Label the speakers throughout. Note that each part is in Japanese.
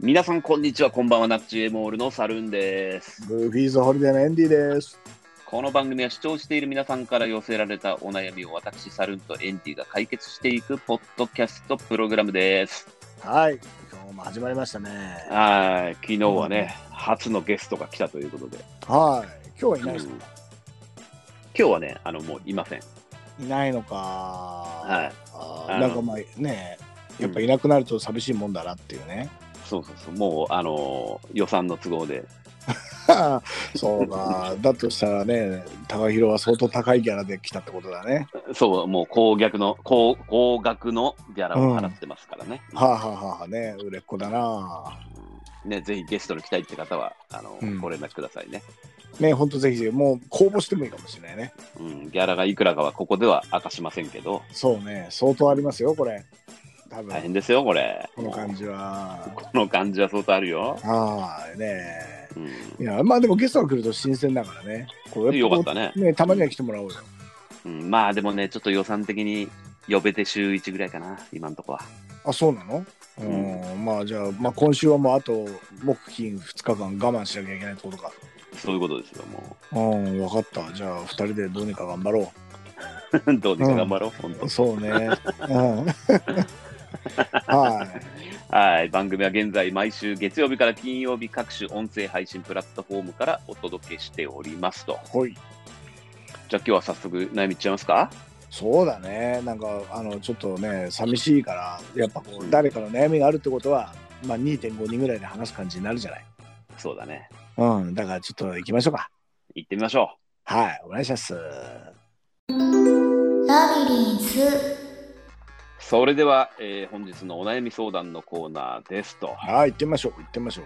Speaker 1: 皆さん、こんにちは。こんばんは。ナッチエモールのサルーンです。
Speaker 2: ムーフィーズホリデーのエンディです。
Speaker 1: この番組は視聴している皆さんから寄せられたお悩みを私、サルーンとエンディが解決していくポッドキャストプログラムです。
Speaker 2: はい、今日も始まりましたね。
Speaker 1: はい。昨日はね、初のゲストが来たということで。
Speaker 2: はい、今日はいないです
Speaker 1: う
Speaker 2: か
Speaker 1: ん、今日はね、あの、もういません。
Speaker 2: いないのか。
Speaker 1: はい。
Speaker 2: あ
Speaker 1: あ
Speaker 2: ー
Speaker 1: の
Speaker 2: なんかまあね、やっぱいなくなると寂しいもんだなっていうね。
Speaker 1: そうそうそう。もう、あのー予算の都合で。
Speaker 2: そうか、だとしたらね、高弘は相当高いギャラで来たってことだね。
Speaker 1: そう、もう高額の、高高額のギャラを払ってますからね。
Speaker 2: はあ、はあはあはあ、ね、売れっ子だな。
Speaker 1: ね、ぜひゲストに来たいって方は、あの、
Speaker 2: うん
Speaker 1: ご連絡くださいね。
Speaker 2: ね、本当ぜひ、もう公募してもいいかもしれないね。
Speaker 1: うん、ギャラがいくらかはここでは明かしませんけど、
Speaker 2: そうね、相当ありますよ、これ。多
Speaker 1: 大
Speaker 2: 分
Speaker 1: 変ですよ、これ。
Speaker 2: この感。じは。
Speaker 1: この感じは相当あるよ。
Speaker 2: ああ、ね。
Speaker 1: うん。
Speaker 2: いや、まあでもゲストが来ると新鮮だからね。こう
Speaker 1: よ
Speaker 2: や
Speaker 1: か
Speaker 2: っ
Speaker 1: っ
Speaker 2: ぱ
Speaker 1: たね
Speaker 2: こ。うね、たまには来てもらおうよ。
Speaker 1: うん、まあでもね、ちょっと予算的に呼べて週1ぐらいかな、今んとこは。
Speaker 2: あ、そうなのうん、まあじゃあ、まあ、今週はもうあと木金2日間我慢しなきゃいけないってことか。
Speaker 1: そういうことですよ、も
Speaker 2: うん、わかった。じゃあ2人でどうにか頑張ろ
Speaker 1: う。 どうにか頑張ろう、本当
Speaker 2: う。。そうね。うん。はい。
Speaker 1: はい、番組は現在毎週月曜日から金曜日各種音声配信プラットフォームからお届けしておりますと。
Speaker 2: ほい。
Speaker 1: じゃあ今日は早速悩みいっちゃいますか
Speaker 2: そうだね。なんか、あの、ちょっとね、寂しいから、やっぱこう、誰かの悩みがあるってことは、まあ2.5人ぐらいで話す感じになるじゃない。
Speaker 1: そうだね。
Speaker 2: うん、だからちょっと行きましょうか。
Speaker 1: 行ってみましょ
Speaker 2: はい、お願いします。
Speaker 3: ラビリンス
Speaker 1: う。それでは、えー本日のお悩み相談のコーナーですと。
Speaker 2: はい、行ってみましょう、行ってみましょ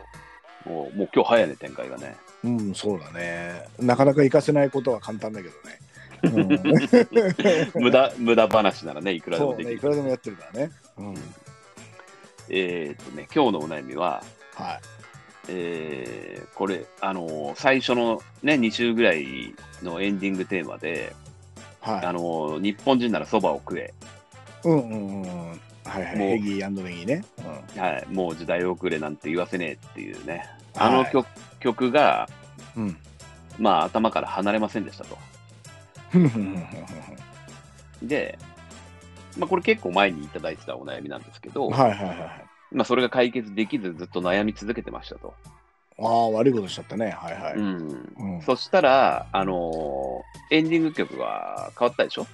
Speaker 2: う。
Speaker 1: もうもう今日早いね、展開がね。
Speaker 2: うん、そうだね。なかなか行かせないことは簡単だけどね。うん
Speaker 1: 無駄、無駄話ならね、いくらで
Speaker 2: そ
Speaker 1: も
Speaker 2: う
Speaker 1: で
Speaker 2: ね、
Speaker 1: き
Speaker 2: い
Speaker 1: る。
Speaker 2: くらでもやってるからね。うん、
Speaker 1: えーっとね、今日のお悩みは、
Speaker 2: はい。
Speaker 1: えーこれ、あのー最初のね、2週ぐらいのエンディングテーマで、あ
Speaker 2: は
Speaker 1: のー日本人ならそばを食え。
Speaker 2: い。うんうんうんうん。はいはい。
Speaker 1: もう
Speaker 2: ヘギーネギーね。うん、
Speaker 1: はい、もう時代遅れなんて言わせねえっていうね、あの
Speaker 2: は
Speaker 1: 曲,、曲が、
Speaker 2: いうん。
Speaker 1: まあ、頭から離れませんでしたと。
Speaker 2: ふんふんふんふん
Speaker 1: で、まあ、これ結構前にいただいてたお悩みなんですけど、
Speaker 2: はいはいはいはい。
Speaker 1: まあ、それが解決できずずっと悩み続けてましたと。
Speaker 2: ああ、悪いことしちゃったね。はいはい。
Speaker 1: うん
Speaker 2: うん
Speaker 1: そしたら、あのーエンディング曲が変わったでしょ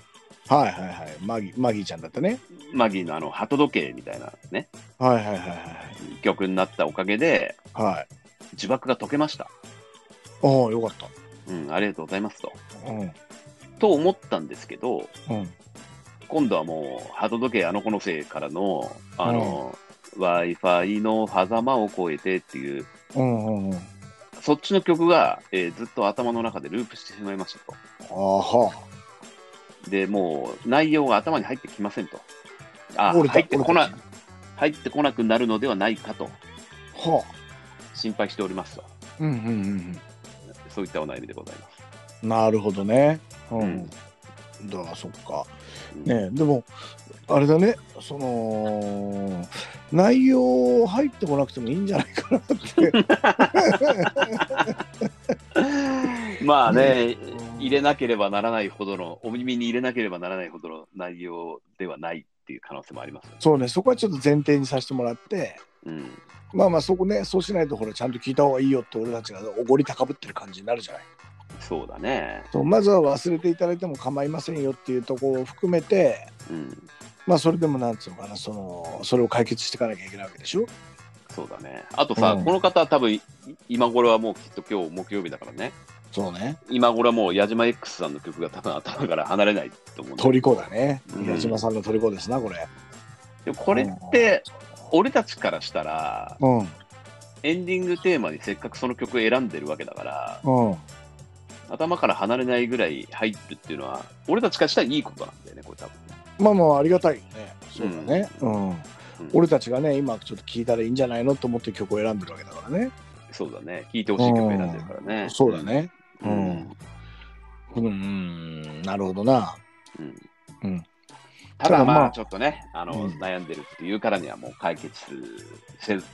Speaker 2: はいはいはい。マギマギーちゃんだったね。
Speaker 1: マギーのあの、鳩時計みたいなね、
Speaker 2: はいはいはいはい
Speaker 1: 曲になったおかげで、
Speaker 2: はい。はい。
Speaker 1: 呪縛が解けました。
Speaker 2: ああ、よかっ
Speaker 1: うん、ありがとうございますと。
Speaker 2: た。うん。
Speaker 1: と思ったんですけど、
Speaker 2: うん。
Speaker 1: 今度はもう、鳩時計あの子のせいからの、あの、Wi-Fi の狭間を越えてっていう、
Speaker 2: うんうんうん。あ
Speaker 1: そっちの曲が、えーずっと頭の中でループしてしまいました
Speaker 2: あは
Speaker 1: と。で、もう内容が頭に入ってきませんと。あ、
Speaker 2: 折れた
Speaker 1: 入ってこな
Speaker 2: 折れ、
Speaker 1: 入ってこなくなるのではないかと
Speaker 2: あ。は
Speaker 1: 心配しておりますと。
Speaker 2: あ。うんうんうん
Speaker 1: そういったお悩みでございます。
Speaker 2: うん。なるほどね。うん。
Speaker 1: うん
Speaker 2: だからそっか。
Speaker 1: うん
Speaker 2: ねでもあれだねその内容入ってこなくてもいいんじゃないかなって
Speaker 1: まあね、
Speaker 2: ん
Speaker 1: 入れなければならないほどの、お耳に入れなければならないほどの内容ではないっていう可能性もあります。
Speaker 2: そうねそこはちょっと前提にさせてもらって
Speaker 1: うん、
Speaker 2: まあまあそこねそうしないとほらちゃんと聞いた方がいいよって俺たちがおごり高ぶってる感じになるじゃない
Speaker 1: そうだね。
Speaker 2: そうまずは忘れていただいても構いませんよっていうところを含めて
Speaker 1: うん、
Speaker 2: まあそれでもなんつうのかなそのそれを解決していかなきゃいけないわけでしょ
Speaker 1: そうだね。あとさ、
Speaker 2: うん
Speaker 1: この方は多分い今頃はもうきっと今日木曜日だからね。
Speaker 2: そうね
Speaker 1: 今頃はもう矢島 X さんの曲が多分頭から離れないと思うんだけど。
Speaker 2: 虜だね
Speaker 1: うん
Speaker 2: 矢島さんの虜ですなこれ
Speaker 1: でもこれって、俺たちからしたら、
Speaker 2: うん
Speaker 1: エンディングテーマにせっかくその曲選んでるわけだから、
Speaker 2: うん
Speaker 1: 頭から離れないぐらい入るっていうのは、俺たちからしたらいいことなんだよね、これ多分ね。
Speaker 2: まあまあありがたいよね。そうだね。うん。
Speaker 1: うん
Speaker 2: 俺たちがね、今ちょっと聞いたらいいんじゃないのと思って曲を選んでるわけだからね。
Speaker 1: そうだね。聴いてほしい曲選んでるからね。
Speaker 2: そうだ。ね。
Speaker 1: う
Speaker 2: うん
Speaker 1: ん。
Speaker 2: うん、うんなるほどな。
Speaker 1: うん
Speaker 2: うん
Speaker 1: た
Speaker 2: た
Speaker 1: だ
Speaker 2: だまあ
Speaker 1: まあ、ちょっとね、あの、
Speaker 2: うん
Speaker 1: 悩んでるっていうからにはもう解決せず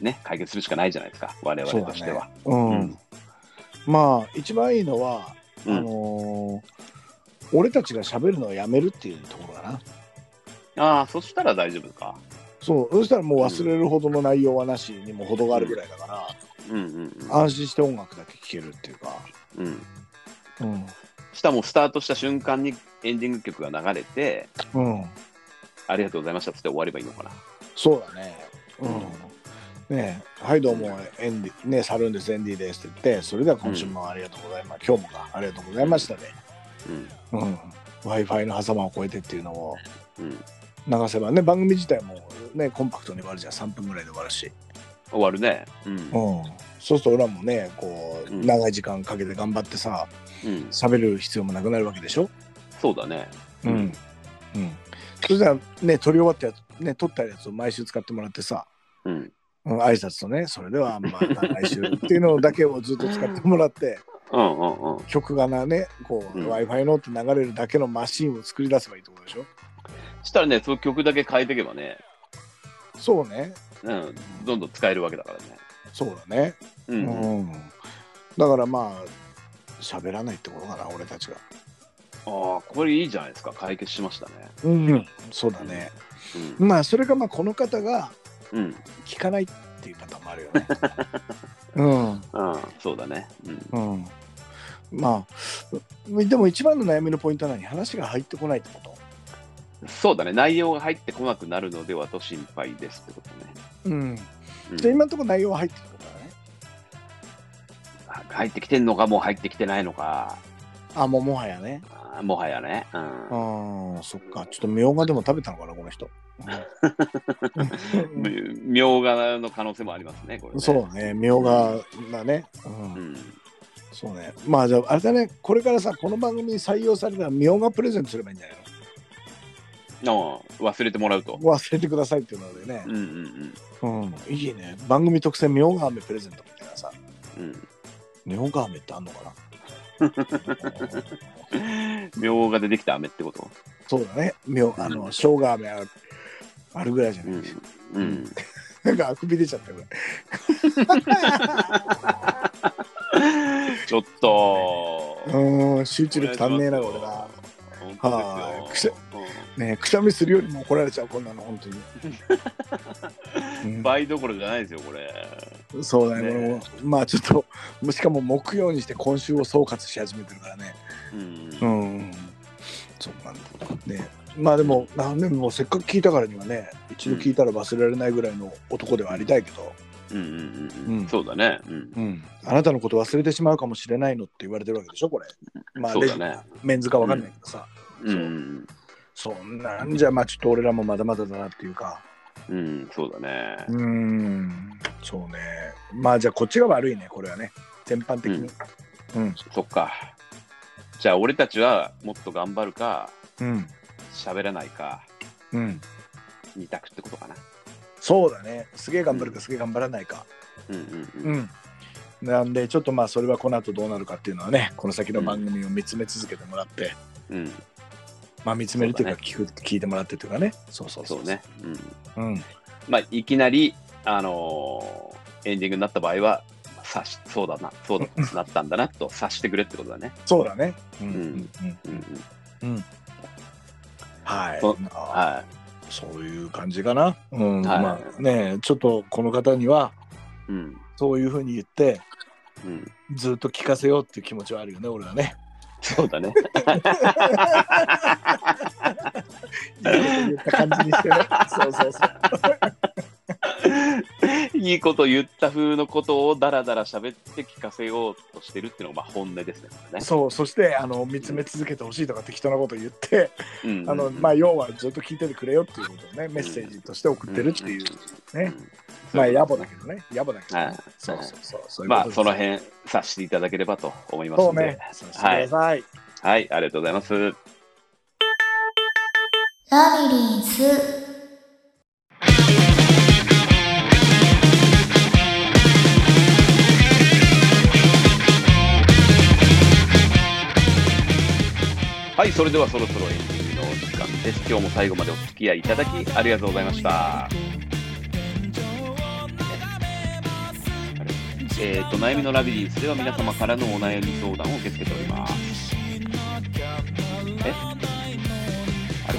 Speaker 1: ね、解決するしかないじゃないですか、我々としては。
Speaker 2: うん。
Speaker 1: うん
Speaker 2: まあ、一番いいのは、
Speaker 1: う
Speaker 2: あ
Speaker 1: ん
Speaker 2: のー俺たちが喋るのをやめるっていうところだな。
Speaker 1: ああ、そしたら大丈夫か。
Speaker 2: そう、そしたらもう忘れるほどの内容はなしにも程があるぐらいだから、
Speaker 1: うんうん
Speaker 2: 安心して音楽だけ聴けるっていうか。
Speaker 1: うん。うん。
Speaker 2: うん。
Speaker 1: したらもうスタートした瞬間にエンディング曲が流れて、
Speaker 2: うん。
Speaker 1: ありがとうございましたっつって終わればいいのかな。
Speaker 2: そうだね。うん。ねえはい、どうも、エンディ、ね、サルーンです、エンディですって言って、それでは今週もありがとうございます。今日もか、ありがとうございましたで、うん。Wi-Fi の狭間を越えてっていうのを
Speaker 1: うん。うん。
Speaker 2: 流せばね、番組自体もね、コンパクトに終わるじゃん、3分ぐらいで終わるし。
Speaker 1: 終わるね。うん。
Speaker 2: うん。そうすると俺らもね、こう、
Speaker 1: うん
Speaker 2: 長い時間かけて頑張ってさ、
Speaker 1: うん。
Speaker 2: 喋る必要もなくなるわけでしょ
Speaker 1: そうだね。
Speaker 2: うん。うん。そしたらね、撮り終わったやつ、ね、撮ったやつを毎週使ってもらってさ、
Speaker 1: うん。
Speaker 2: うん、挨拶とね、それではまた来週っていうのだけをずっと使ってもらって、
Speaker 1: うんうんうん。
Speaker 2: 曲がなね、こう、
Speaker 1: うん
Speaker 2: Wi-Fi のって流れるだけのマシンを作り出せばいいってことでしょ
Speaker 1: したらね、その曲だけ変えていけばね、
Speaker 2: そうね、
Speaker 1: うん、どんどん使えるわけだからね。
Speaker 2: そうだね。
Speaker 1: う。
Speaker 2: うん
Speaker 1: あ
Speaker 2: ん。だからまあ、喋らないってことかな、俺たちが。
Speaker 1: あ、これいいじゃないですか。解決しましたね。
Speaker 2: うん。そうだね。まあ、それかまあ、この方が
Speaker 1: うん。うん。
Speaker 2: 聞かないっていうパターンもあるよね。 うん。
Speaker 1: うん、そうだね。うん。
Speaker 2: うん。まあ、でも一番の悩みのポイントは何話が入ってこないってこと
Speaker 1: そうだね。内容が入ってこなくなるのではと心配ですってことね。
Speaker 2: うん。
Speaker 1: うん
Speaker 2: じゃあ今のところ内容は入ってくることだね。
Speaker 1: 入ってきてんのか、もう入ってきてないのか。
Speaker 2: あ、もうもはやね。
Speaker 1: あーもはやね。う
Speaker 2: あ
Speaker 1: ん。
Speaker 2: ーそっか。ちょっとみょうがでも食べたのかな、この人。
Speaker 1: みみょうがの可能性もありますね、これ、ね。
Speaker 2: そうね、みょうがだね。う。
Speaker 1: うんん。
Speaker 2: そうね。まあじゃあ、あれだね、これからさ、この番組に採用されたらみょうがプレゼントすればいいんじゃない
Speaker 1: ああ忘れてもらうと。
Speaker 2: の忘れてくださいっていうのでね
Speaker 1: う。んうん
Speaker 2: うん。いいね。番組特製みょうが飴プレゼントみたいなさ。
Speaker 1: うん。
Speaker 2: みょうが飴ってあんのかな
Speaker 1: うん。みょうがでできた飴ってこと
Speaker 2: そうだね。みょう、あの、生姜飴あるあるぐらいじゃ
Speaker 1: う
Speaker 2: ない
Speaker 1: ん。うん。
Speaker 2: なんかあくび出ちゃったぐらい。
Speaker 1: ちょっと。
Speaker 2: うーん、集中力足んねえな、俺な。
Speaker 1: 本当ですよ。
Speaker 2: ねくしゃみするよりも怒られちゃう、こんなの、本当に。
Speaker 1: うん倍どころじゃないですよ、これ。
Speaker 2: そうだね、
Speaker 1: ねえ
Speaker 2: もうまあちょっと、もうしかも木曜にして今週を総括し始めてるからね。
Speaker 1: うん。
Speaker 2: ん。そうなんだ。ねまあでも、なんでもせっかく聞いたからにはね、一度聞いたら忘れられないぐらいの男ではありたいけど、
Speaker 1: うんうんう
Speaker 2: うん
Speaker 1: ん。そうだね。うん。
Speaker 2: あなたのこと忘れてしまうかもしれないのって言われてるわけでしょ、これ。まあ、
Speaker 1: そうだね
Speaker 2: レジメンズかわかんないけどさ。
Speaker 1: うん。
Speaker 2: そんなんじゃ、まあちょっと俺らもまだまだだなっていうか。
Speaker 1: うん。そうだね
Speaker 2: う。ーん、そうね。まあじゃあこっちが悪いね、これはね。全般的に。うん。
Speaker 1: そっか。じゃあ、俺たちはもっと頑張るか、
Speaker 2: うん。
Speaker 1: 喋らないか、
Speaker 2: うん。
Speaker 1: 二択ってことかな。
Speaker 2: そうだね。すげえ頑張るか、すげえ頑張らないか。
Speaker 1: うんうんうん。
Speaker 2: ん。なんで、ちょっとまあそれはこの後どうなるかっていうのはね、この先の番組を見つめ続けてもらって、
Speaker 1: うん。
Speaker 2: まあ見つめるというか
Speaker 1: そう
Speaker 2: 聞く、聞いてもらってというかね。そうそう
Speaker 1: そうね。うん。
Speaker 2: うん。
Speaker 1: まあ、いきなり、あのーエンディングになった場合は、察し、そうだな、そう だなったんだなと察してくれってことだね。
Speaker 2: そうだね。うん
Speaker 1: うん
Speaker 2: うん
Speaker 1: うんうん。
Speaker 2: はい
Speaker 1: そう。
Speaker 2: まあ
Speaker 1: は
Speaker 2: そういう感じかな。うん。
Speaker 1: はい
Speaker 2: まあね、ちょっとこの方には、
Speaker 1: い。うん。
Speaker 2: そういうふうに言って、
Speaker 1: うん。
Speaker 2: ずっと聞かせようっていう気持ちはあるよね、俺はね。
Speaker 1: そう だね。
Speaker 2: 言った感じにしてね。 そうそうそう。
Speaker 1: いいこと言った風のことをだらだら喋って聞かせようとしてるっていうのがまあ本音ですね。これね
Speaker 2: そう、そして、あの、見つめ続けてほしいとか適当なこと言って、
Speaker 1: うんうん
Speaker 2: あの、まあ、要はずっと聞いててくれよっていうことをね、メッセージとして送ってるっていう
Speaker 1: うん。
Speaker 2: ね。
Speaker 1: うん
Speaker 2: まあ、野暮だけどね。野暮だけど
Speaker 1: は
Speaker 2: ね
Speaker 1: い。
Speaker 2: そうそうそう。そういうこ
Speaker 1: ま
Speaker 2: と
Speaker 1: あ、
Speaker 2: です
Speaker 1: その。辺、察していただければと思います
Speaker 2: そ
Speaker 1: の
Speaker 2: う
Speaker 1: で。
Speaker 2: ね。そうしてください。
Speaker 1: はい、ありがとうございます。
Speaker 3: ラビリンス。
Speaker 1: はい、それではそろそろエンディングの時間です。今日も最後までお付き合いいただきありがとうございました。えー、と悩みのラビリンスでは皆様からのお悩み相談を受け付けておりますえあれ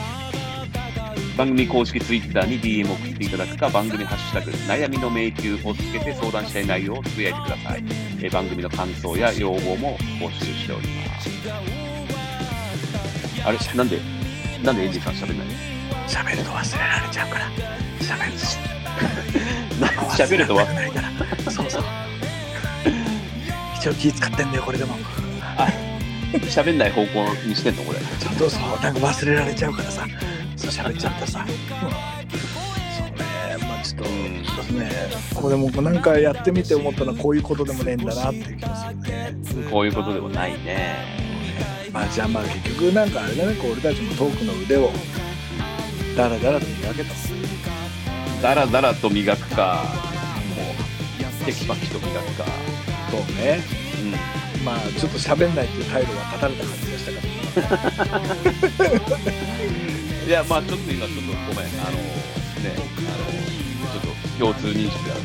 Speaker 1: 番組公式 Twitter に DM を送っていただくか番組ハッシュタグ悩みの迷宮をつけて相談したい内容をつぶやいてください、えー番組の感想や要望も募集しておりますあれなんでなんでエンジンさん喋んないの
Speaker 2: 喋ると忘れられちゃうから喋るし
Speaker 1: 喋るとは
Speaker 2: 忘れないからそう そう一応気使ってんだよこれでも
Speaker 1: 喋んない方向にしてんのこれ
Speaker 2: ちょっとそうなんか忘れられちゃうからさそう喋っちゃったさ、そうねまあちょっとねこれもなんかやってみて思ったのはこういうことでもねえんだなっていう気がするね
Speaker 1: こういうことでもないね
Speaker 2: まあじゃあまあ結局なんかあれだねこう俺たちもトークの腕をダラダラと磨けた
Speaker 1: だらだらと磨くかもうテキパキと磨くか
Speaker 2: そうね
Speaker 1: うん
Speaker 2: まあちょっと喋んないっていう態度が断たれた感じがしたから
Speaker 1: いや、まあちょっと今、ちょっとごめん、あの、ね、あの、ちょっと共通認識が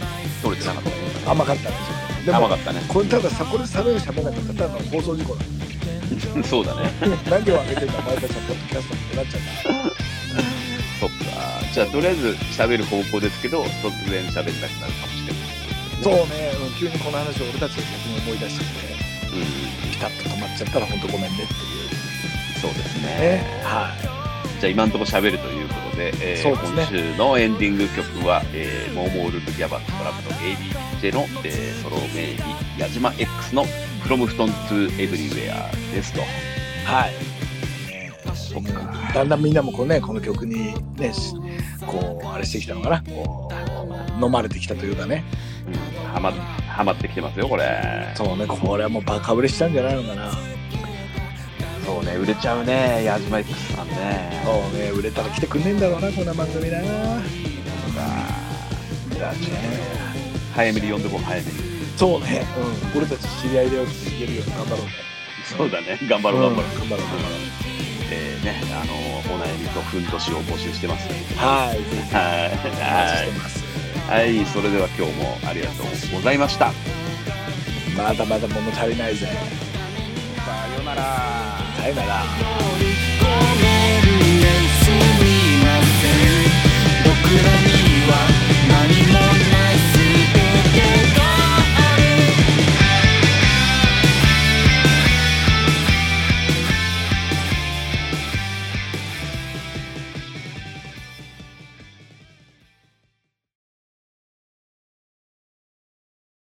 Speaker 1: 取れてなかったね。
Speaker 2: 甘かったねちょっとで
Speaker 1: 甘
Speaker 2: も
Speaker 1: かったね。
Speaker 2: これたださこれサルが喋らなかったらただの放送事故だ
Speaker 1: そうだね。
Speaker 2: 何をあげてんだお前たちのポッドキャストってなっちゃうから
Speaker 1: そっか。じゃあ、とりあえず喋る方向ですけど、突然喋んなくなるかもしれない。
Speaker 2: そうね、うん、急にこの話を俺たちが逆に思い出してて
Speaker 1: うん、
Speaker 2: ピタッと止まっちゃったら本当ごめんねってい
Speaker 1: そうです
Speaker 2: うね
Speaker 1: ね。
Speaker 2: は
Speaker 1: じゃあ、今のところ喋るということで、えー
Speaker 2: そうですね
Speaker 1: 今週のエンディング曲は、えー、モーモールルギャバットラブの ABJ の、えー、ソロ名義、矢島 X の From From to Everywhere ですと。
Speaker 2: いはい、ね
Speaker 1: そっか。
Speaker 2: だんだんみんなもこうねこの曲にねしこうあれしてきたのかなこう飲まれてきたというかね
Speaker 1: うんはま、はまってきてますよ、これ。
Speaker 2: そうねこれはもうバカ売れしたんじゃないのかな
Speaker 1: そうね、売れちゃうね、矢島 X さんね。
Speaker 2: そうね売れたら来てくんねえんだろうなこんな番組だな
Speaker 1: うか。
Speaker 2: だね
Speaker 1: 早めに呼んでこう、早めに。
Speaker 2: そうね、うん、俺たち知り合いだよって言えるように頑張ろうね
Speaker 1: そうだね、頑張ろう、頑張ろう。
Speaker 2: うん頑張ろう頑張ろう
Speaker 1: えー、ね、あの、お悩みとふんどしを募集してます、ね。
Speaker 2: はいぜひ
Speaker 1: はい。
Speaker 2: お待ち
Speaker 1: は
Speaker 2: してます
Speaker 1: い。はい、それでは今日もありがとうございました。
Speaker 2: まだまだ物足りないぜ
Speaker 1: さよなら。
Speaker 2: さよなら
Speaker 4: ごめんねすみません僕らに